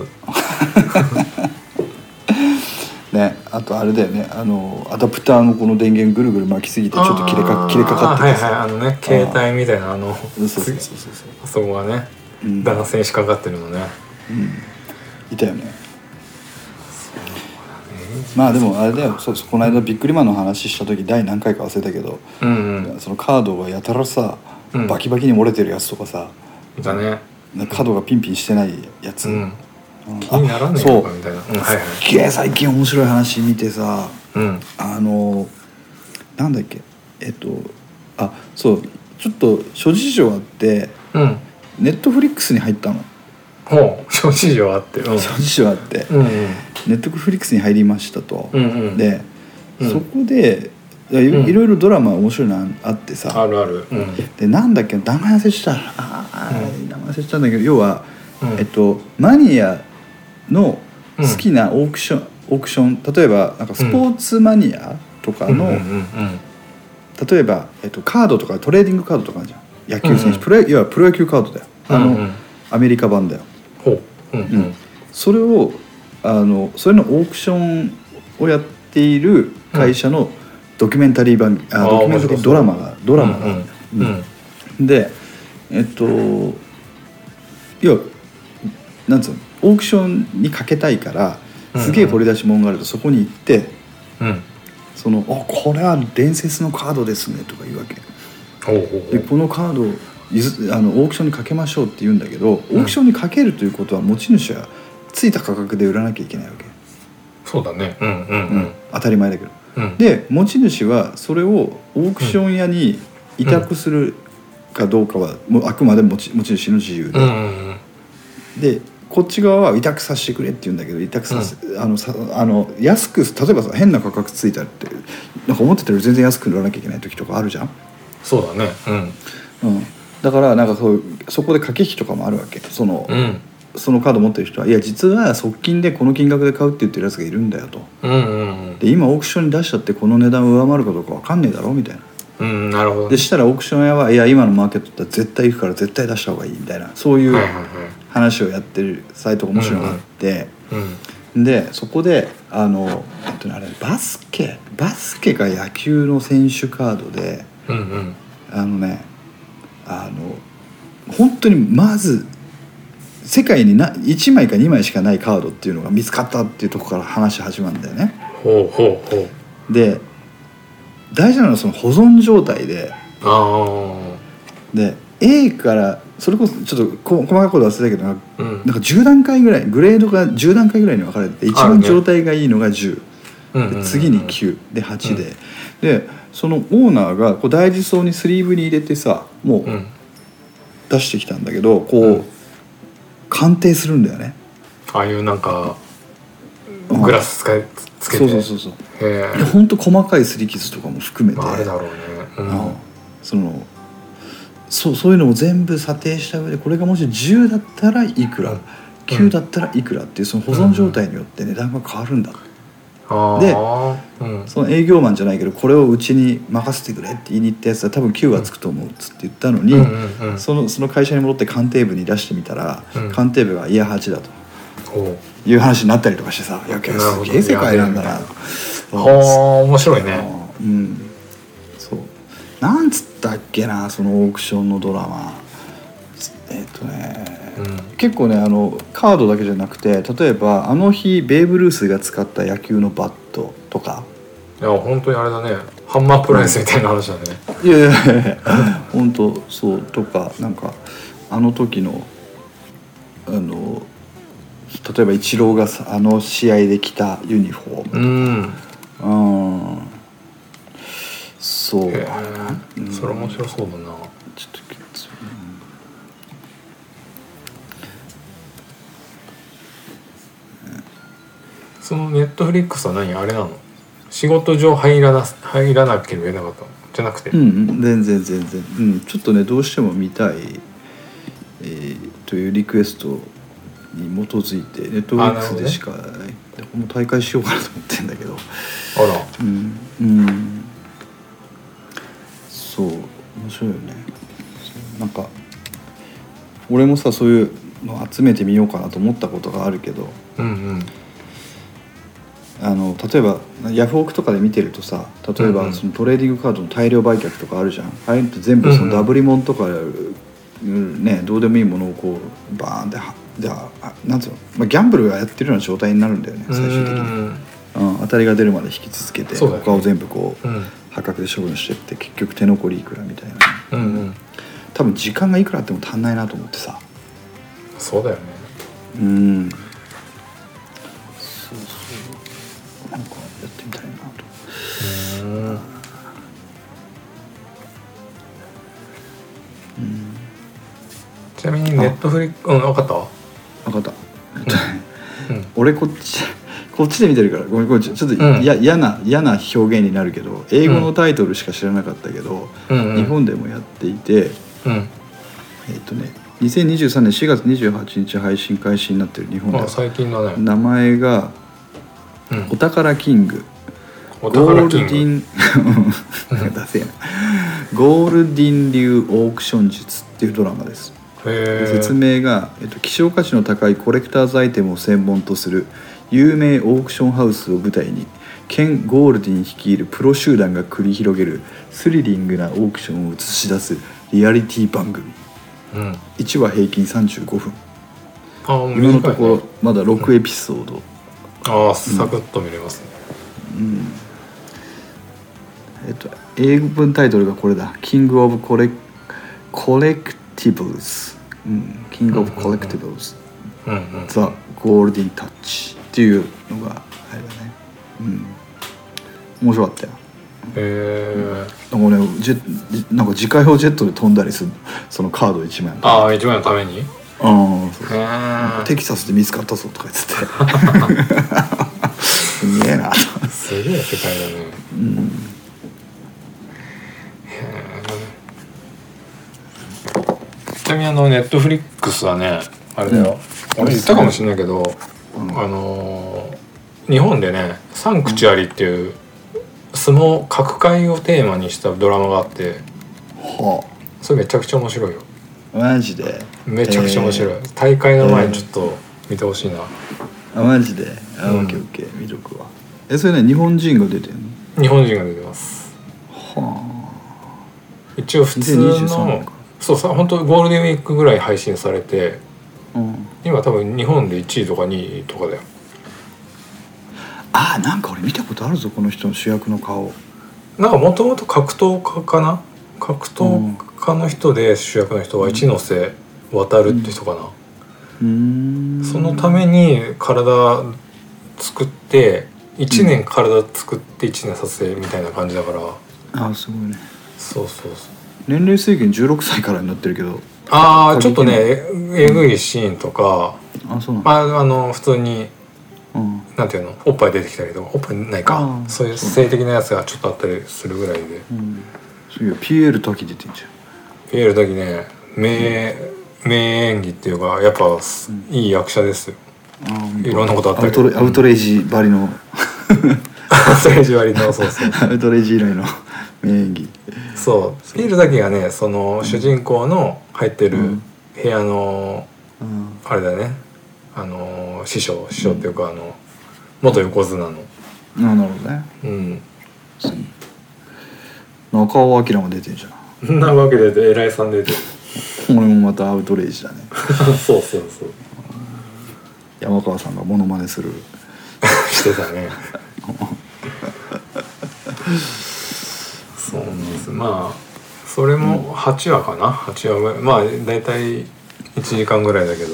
ーね、あとあれだよねあのアダプターのこの電源ぐるぐる巻きすぎてちょっと切れか
あー
切れかかってて
はいはい
さ、
あのね携帯みたいなあの
そうそうそうそうそう
あそこがね
うん
男性にしかかってるのね、
いたよねまあでもあれだよそうそうこの間ビックリマンの話した時第何回か忘れたけど、
うんうん
そのカードがやたらさ
うん
バキバキに折れてるやつとかさ、
だね
なんか角がピンピンしてないやつ、
うん
うん
気になら
あ
ねえ
そ
の
う
かみたいなうんはいはい
すっげえ最近面白い話見てさ
うん
あのなんだっけえっとあそうちょっと諸事情あって
うん
ネットフリックスに入ったの
ほう諸事情あってうん
諸事情あって、
うん
ネットフリックスに入りましたと、
うんうんうん
で、
うん
そこでいやい
うん
いろいろドラマ面白いのあってさ、
あるあるうん
でなんだっけ名前忘れしたあー、名前忘れしたんだけど要は、
うん
えっと、マニアの
うん
好きなオークション、オークション例えばなんかスポーツマニアとかの、
うんうんうん
例えば、えっと、カードとかトレーディングカードとかあるじゃん野球選手、
うん
プロいわプロ野球カードだよあの、
うんうん
アメリカ版だよ、
ほううんう
うん
ん
それをあのそれのオークションをやっている会社のドキュメンタリー番、あ
あー
ドキュメンタリードラマがドラマが、
うんうんうん
でえっといやなんつうのオークションにかけたいからすげえ掘り出し物があるとそこに行って
うん
その「あこれは伝説のカードですね」とか言うわけ
おうおうお
で
う
このカードをゆずあのオークションにかけましょうって言うんだけどオ
うん
ークションにかけるということは持ち主はついた価格で売らなきゃいけないわけ、
そうだねうんう
うん
ん
当たり前だけど
うんうん
で持ち主はそれをオークション屋に委託するかどうかはもうあくまで持ち持ち主の自由
うんう
で、
んうん
でこっち側は委託させてくれって言うんだけど委託させ、あのさあの安く例えばさ変な価格ついたってなんか思ってたより全然安く売らなきゃいけない時とかあるじゃん、
そうだねうん
うん、だからなんかそうそこで駆け引きとかもあるわけその、
うん
そのカード持ってる人はいや実は側近でこの金額で買うって言ってるやつがいるんだよと
うんうん
で今オークションに出したってこの値段上回るかどうか分かんねえだろみたいな
うんうんなるほど
でしたらオークション屋はいや今のマーケットだって絶対行くから絶対出した方がいいみたいなそうい
はいうはいはい
話をやってるサイトが面白いのがあって、
うん
でそこであのなんていうのあれバスケバスケか野球の選手カードで
うんうん
あのねあの本当にまず世界にな1枚か2枚しかないカードっていうのが見つかったっていうところから話始まるんだよね。
ほうほうほう
で大事なのはその保存状態で
あ
で A からそれこそちょっとこ細かいこと忘れたけどなんか
あうん
なんか10段階ぐらいグレードが10段階ぐらいに分かれてて一
ある
番
ね
状態がいいのが10、
うんうんう
で
ん
次に9で8で、でそのオーナーがこう大事そうにスリーブに入れてさも
う
うん出してきたんだけどこう、
うん
鑑定するんだよね。
ああいうなんか
うん
グラスつけつけて
そうそうそうそう
へ
で
え
ほんと細かいすり傷とかも含めて、
まああれだろうねう
うん
ん
そのそうそういうのも全部査定した上でこれがもし10だったらいくら、
うん
9だったらいくらっていうその保存状態によって値段が変わるんだ、
あ
で
あうん
その営業マンじゃないけどこれをうちに任せてくれって言いに行ったやつは多分9はつくと思うっつって言ったのに、
うんうんうん
そのその会社に戻って鑑定部に出してみたら、
うん
鑑定部が「いや8だ」と
ほう
いう話になったりとかしてさ「いや
なるほど
すげえ世界なんだ
や
な」
ほう面白いね
うんそうなんつったっけなそのオークションのドラマえっ、とね、
うん
結構ねあのカードだけじゃなくて例えばあの日ベーブ・ルースが使った野球のバットとか
いや本当にあれだねハンマープライスみたいな話だね
いやいやいやいや本当そうとかなんかあの時のあの例えばイチローがさあの試合で着たユニフォーム
うん
うんそう
へえそれ面白そうだな
ちょっときつい
そのネットフリックスは何あれなの仕事上入らな入らなければいけなかったのじゃなくて
なうんうん全然全然、うん、ちょっとねどうしても見たい、えーというリクエストに基づいてネットフリックスでしかこの大会しようかなと思ってんだけど
あら
うん、うん、そう面白いよねそうなんか俺もさそういうの集めてみようかなと思ったことがあるけど
うん
あの例えばヤフオクとかで見てるとさ例え
うんう
ば
ん
そのトレーディングカードの大量売却とかあるじゃんああいうのって全部そ
うんう
の
ん
ダブリモンとか、うんねどうでもいいものをこうバーンってはじゃああなんつうの、まあ、ギャンブルがやってるような状態になるんだよね
うん
最終的
う
に、
ん
うん、当たりが出るまで引き続けて、
そうだよね
他を全部こう、
うん
破格で処分してって結局手残りいくらみたいな
うんうん
多分時間がいくらあっても足んないなと思ってさ
そうだよね
うんそうそうなんかやってみたいなと。
うんちなみにネットフリックうん分かった
分かった
うん
俺こっち こっちで見てるからごめんごめんちょちょっと
うん
や嫌、な嫌な表現になるけど英語のタイトルしか知らなかったけど、
うんうん
日本でもやっていて
うん
えっ、とね2023年4月28日配信開始になってる日本で
まあ最近だね
名前が
う
「
ん
お宝キング」ゴ
お
ー
宝
ルデ
キング
ィン ダセえなゴールディン流オークション術っていうドラマです
へ
説
ー
明が、えっと、希少価値の高いコレクターズアイテムを専門とする有名オークションハウスを舞台にケン・ゴールディン率いるプロ集団が繰り広げるスリリングなオークションを映し出すリアリティ番組
うん
1話平均35分
あもう短いね
今のところまだ6エピソード、
ああサクッと見れますね、
えっと、英語文タイトルがこれだ「キング・オブ・コレコレクティブルズ」うん「キング・オブ・コレクティブルズ」
うんうん
「ザ・ゴールディン・タッチ」っていうのがあれだねうん面白かったよ
へえ
なんかねジェじなんか自家用ジェットで飛んだりするのそのカード1枚の
ああ一枚のためにへ
うんそう
え
テキサスで見つかったぞとか言 っててすげえなと
すげえ世界だね
うん
ちなみにあのネットフリックスはねあれだよ、
うん
俺言ったかもしれないけど、
うん
あのー日本でね「サンクチュアリ」っていう相撲角界をテーマにしたドラマがあって
は
それめちゃくちゃ面白いよ
あマジで
めちゃくちゃ面白い、
え
大会の前にちょっと見てほしいな、
ーあマジであ、
うん
オッケーオッケー見とくわえそれね日本人が出てんの
日本人が出てます
は
一応普通
2023年
の
か
そうさ本当ゴールデンウィークぐらい配信されて
あ、うん、
今多分日本で1位とか2位とかだよ
あなんか俺見たことあるぞこの人の主役の顔
なんかもともと格闘家かな格闘家の人で主役の人は一ノ瀬渡るって人かな、
うーん
そのために体作って1年体作って1年撮影みたいな感じだから、
あすごいね
そうそうそう
年齢制限16歳からになってるけど
ああ
過激
ちょっとねええぐいシーンとか、
あそうなんだ、
まあ、あの普通に
うん、
なんていうのおっぱい出てきたりとかおっぱいない
あ
か
ー
そういう性的なやつがちょっとあったりするぐらいで
うん、すげえピエール滝出てんじゃん
見える時ね名名演技っていうかやっぱすいい役者ですよ。
あー
いろんなことあった
アウ
けど
トレアウトレイジばりの
それ割のそうそう
アウトレイジ以来の名演技
そうビールだけがねその主人公の入ってる
うん
部屋の
うん
あれだねあの師匠師匠っていうかあの元横綱の
あなるほどね
うん
中尾明も出てんじゃん
そ んなわけで偉いさんで
俺もまたアウトレイジだね
そうそうそう
山川さんがモノマネする
してたねそうなんですまあそれも8話かな8話ぐらいまあ大体1時間ぐらいだけど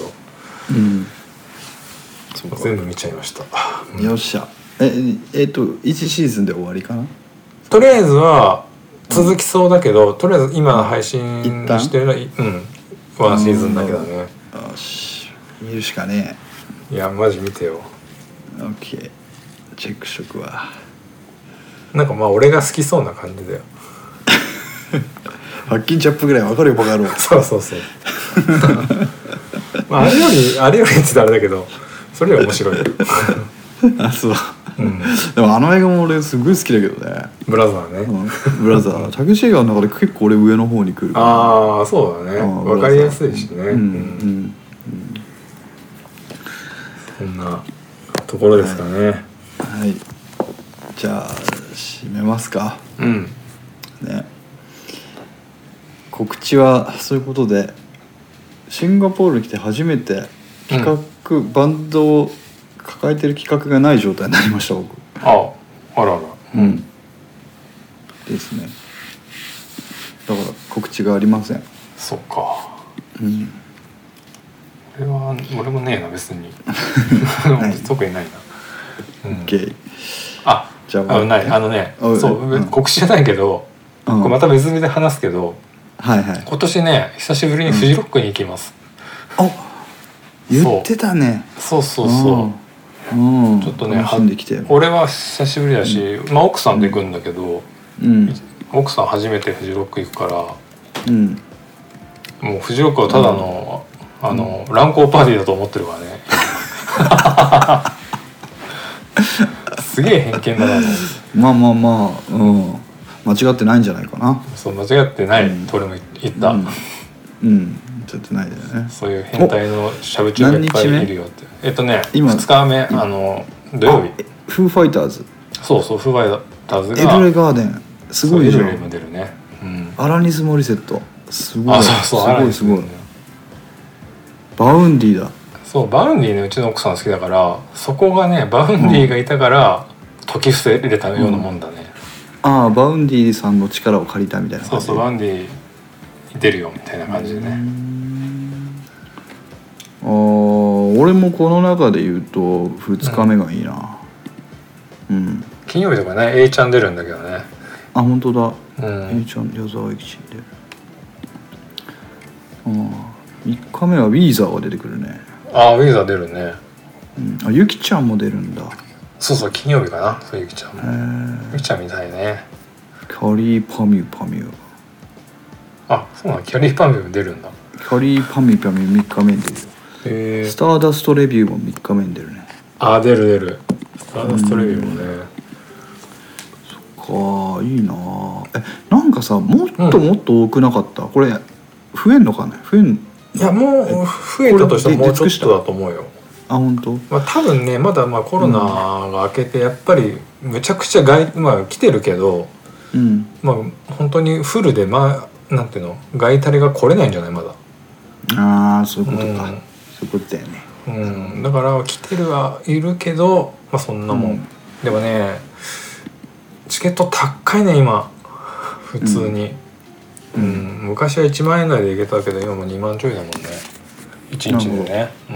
うんそう
全部見ちゃいました
よっしゃえええっと1シーズンで終わりかな
とりあえずは続きそうだけど、とりあえず今配信
一旦
してるのはうんワンシーズンだけだね、
よし見るしかね
いやマジ見てよ
え OK チェックしとくわ
なんかまあ俺が好きそうな感じだよ
ハッキンチャップぐらいわかるよバカ 野郎
そうそうそうまああれよりあれよりって言ったらあれだけどそれより面 白いよ、
あそう
うん、
でもあの映画も俺すごい好きだけどね
ブラザーね、
うんブラザータクシー映画の中で結構俺上の方に来るから
ああそうだね
うん
わかりやすいしね、
うん
うん
うん
そんなところですかね、
はいじゃあ締めますか
うん
ね告知はそういうことでシンガポールに来て初めて企画、バンドを抱えてる企画がない状態になりました僕
ああらあら
うんですねだから告知がありません
そっか
うん
俺は俺もねえな別に
ない
特にないな、うん
OK
あ
じゃあ
あのないあのね
おい
そう、
うん
告知じゃないけど、
うん
これまた別々で話すけど
はいはい
今年ね久しぶりにフジロックに行きます、
あ言ってたね
そうそうそう
うん、うん
うちょっとね
楽しんできてよ
は俺は久しぶりだし、まあ、奥さんと行くんだけど、
うん
奥さん初めてフジロック行くから
うん
もうフジロックはただの、あの乱交パーティーだと思ってるからね すげえ偏見だなと思って
まあまあまあうん間違ってないんじゃないかな
そう間違ってない、
うん
俺も言った、
うんうんちょっとないだよね
そういう変態のしゃぶ中がいっぱいいるよってえっとね
今
2日目あの土曜日
フーファイターズ
そうそうフバイターズ
エルレ
が
ガーデンすごいでし
そう
ょ
エルレも出るね、うん、
アラニス・モリセットすご
あ
い
そうそう
すごいすごいバウンディだ
そうバウンディのうちの奥さん好きだからそこがねバウンディがいたから、解き伏せれたようなもんだね、
ああバウンディさんの力を借りたみたいな
そう
感じ
そうバウンディに出るよみたいな感じで
うー
ね、
んあー俺もこの中で言うと2日目がいいなうん、
金曜日とかね A ちゃん出るんだけどね
あ本当だ、
う
え
ん
ーちゃん矢沢永吉であ3日目はウィーザーが出てくるね、
あウィザー出るね
うん、あゆきちゃんも出るんだ
そうそう金曜日かなそうゆきちゃん
へ
も
え
ゆきちゃんみたいね
カリーパミュパミュ
あそうなのキャリーパンビも出るんだ
カリーパミュパミュ3日目に出るよ
へ
スターダストレビューも3日目に出るね
あ出る出るスターダストレビューもね、
かあいいなあえなんかさもっともっと多くなかった、これ増えんのかね増えん
いやもう増えたとしたらもうちょっとだと思うよ
あ本当
まあ、多分ねまだまあコロナが明けてやっぱりむちゃくちゃ外、まあ、来てるけど、
うん
まあ、本当にフルで、まあ、なんていうの外タレが来れないんじゃないまだ、
ああそういうことか、
うん
そういうことだよね
うん、だから来てるはいるけど、まあ、そんなもん、
うん
でもねチケット高いね今普通に、
う
うんん昔は1万円台で行けたけど今もう2万ちょいだもんね1日でね、うん、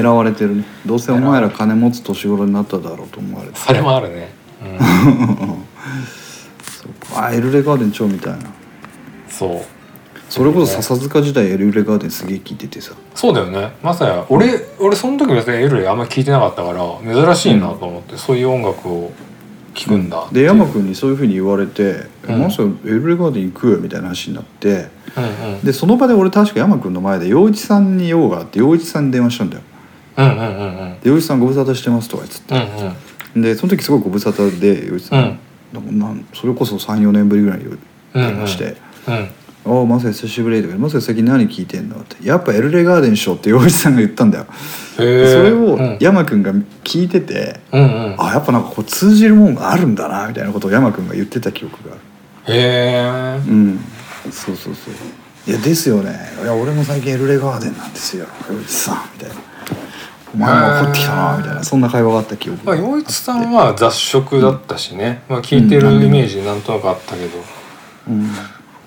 狙われてるねどうせお前ら金持つ年頃になっただろうと思われて
それもあるね、
うんそうかあエルレガーデン超みたいな
うん、そう
それこそ笹塚時代エルレガーデンすげえ聞いててさ
そうだよねまさや俺俺その時別にエルレあんま聞いてなかったから珍しいなと思って、そういう音楽を聞くんだって
で
いう
山君にそういうふうに言われて「
うん
まさ、エルレガーデン行くよ」みたいな話になって
うんうん
でその場で俺確か山君の前で陽一さんに用があって陽一さんに電話したんだよ
うんうんうんうん
で陽一さんご無沙汰してますとか言って
うんうん
でその時すごいご無沙汰で陽一さん、なんかそれこそ34年ぶりぐらいに電話して
うん
「ああマサ久しぶり」とか「マサ最近何聞いてんの?」って「やっぱエルレガーデンしよう」って陽一さんが言ったんだよ、
へえ
それ
う
を
ん
山君が聞いてて、
うんうん
あやっぱなんかこう通じるもんがあるんだなみたいなことを山君が言ってた記憶がある
へえ
うんそうそうそういやですよねいや俺も最近エルレガーデンなんですよ洋一さんみたいなお前も怒ってきたなみたいなそんな会話があった記憶
ま
が
あ洋一さんは雑食だったしね、まあ聞いてるイメージなんとなくあったけど、
うん、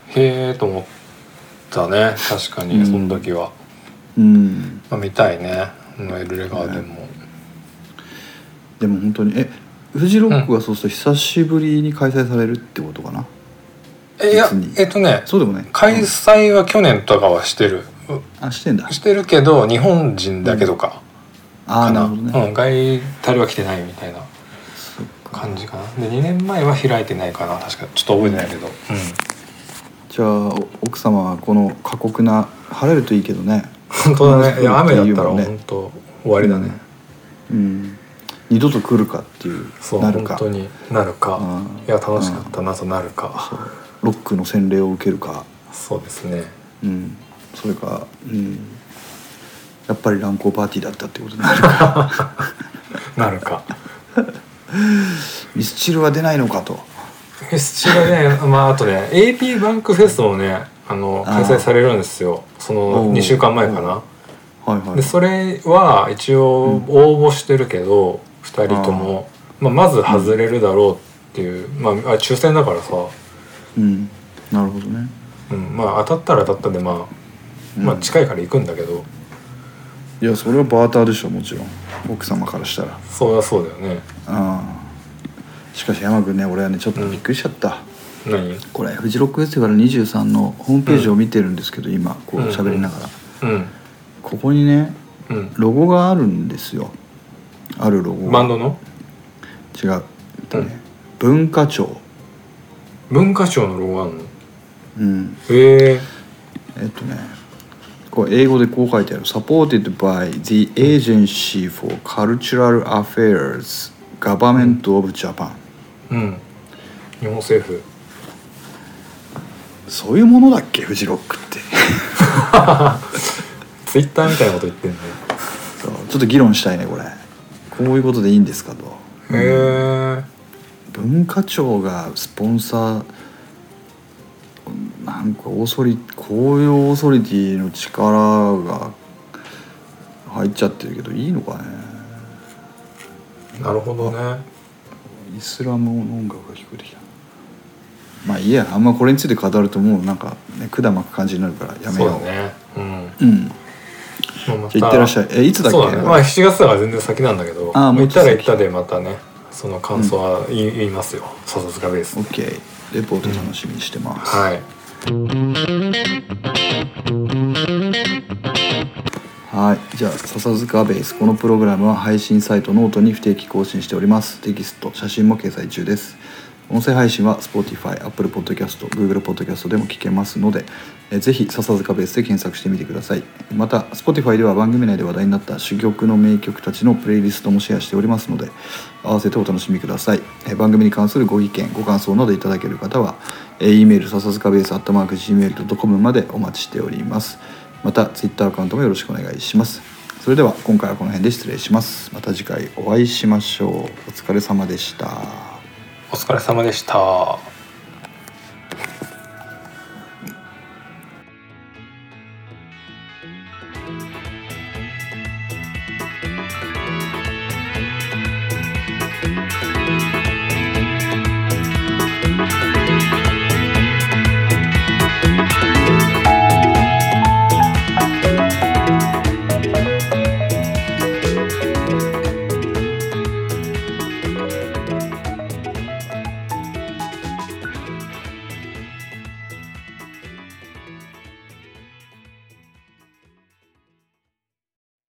へえと思ったね確かに
うん
その時は、
うん、
まあ、見たいねうんエルレガーデンも、
でも本当にえフジロックがそうすると久しぶりに開催されるってことかな、
えいや
別に
えっとね
そうでもない
開催は去年とかはしてる
あしてんだ
してるけど日本人だけとか
あ
か
ーな
な
るほどね、
うん、外タレは来てないみたいな
そっか
感じかなで2年前は開いてないかな確かちょっと覚えてないけど、うん、
じゃあお奥様はこの過酷な晴れるといいけどね
本当だねいや雨だったら
ね
本当終わりだね、
うん二度と来るかっていう
そう
なるか
本当になるか、
うん
いや楽しかったなとなるか、
ロックの洗礼を受けるか
そうですね
うん、それか、うん、やっぱり乱行パーティーだったってことになる か
なるか
ミスチルは出ないのかと
ミスチルね まああとね AP バンクフェスもねあの
あ
開
ー
催されるんですよそ
お
の
う
2週間前かな、
はいはい
でそれは一応応募してるけど、二2人ともまあ、まず外れるだろうっていう、まあ、あ抽選だからさ、
うん、なるほどね
うん、まあ当たったら当たったんで、まあ、
うん
まあ近いから行くんだけど、
いやそれはバーターでしょもちろん奥様からしたら
そうだそうだよね
あしかし山君ね俺はねちょっとびっくりしちゃった、
何
これフジロックフェスティバル23のホームページを見てるんですけど、今こう喋りながら、
うん
ここにね
うん
ロゴがあるんですよあるロゴが
バンドの
違う、えっとね文化庁
文化庁のロゴあんの
うん
へえ
えっとねこれ英語でこう書いてある「Supported by the Agency for Cultural Affairs Government of Japan
うん日本政府」
そういうものだっけフジロックって
ツイッターみたいなこと言ってんね
そうちょっと議論したいねこれこういうことでいいんですかと
へえ
文化庁がスポンサーなんかオーソリこういうオーソリティの力が入っちゃってるけどいいのかね
なるほどね
イスラムの音楽が聞こえてきたまあいいやあんまこれについて語るともうなんか、ね、管巻く感じになるからやめ
そう
よ
だ
う
ねうん
うん
まあま
じゃあ行ってらっしゃいえいつだっけ
そうだねまあ7月だから全然先なんだけど
あーも
行
う
っ
ちょ
た
っと
ら
先
行ったでまたねその感想は言い,、言いますよ笹塚ベース
OK レポート楽しみにしてます、
はい
はい、じゃあ笹塚ベースこのプログラムは配信サイトノートに不定期更新しておりますテキスト写真も掲載中です音声配信は Spotify、Apple Podcast、Google Podcast でも聞けますのでえーぜひ笹塚ベースで検索してみてくださいまた Spotify では番組内で話題になった珠玉の名曲たちのプレイリストもシェアしておりますので合わせてお楽しみくださいえー番組に関するご意見ご感想などいただける方はえー E メール笹塚ベース Gmail.com までお待ちしておりますまた Twitter アカウントもよろしくお願いしますそれでは今回はこの辺で失礼しますまた次回お会いしましょうお疲れ様でした
お疲れ様でした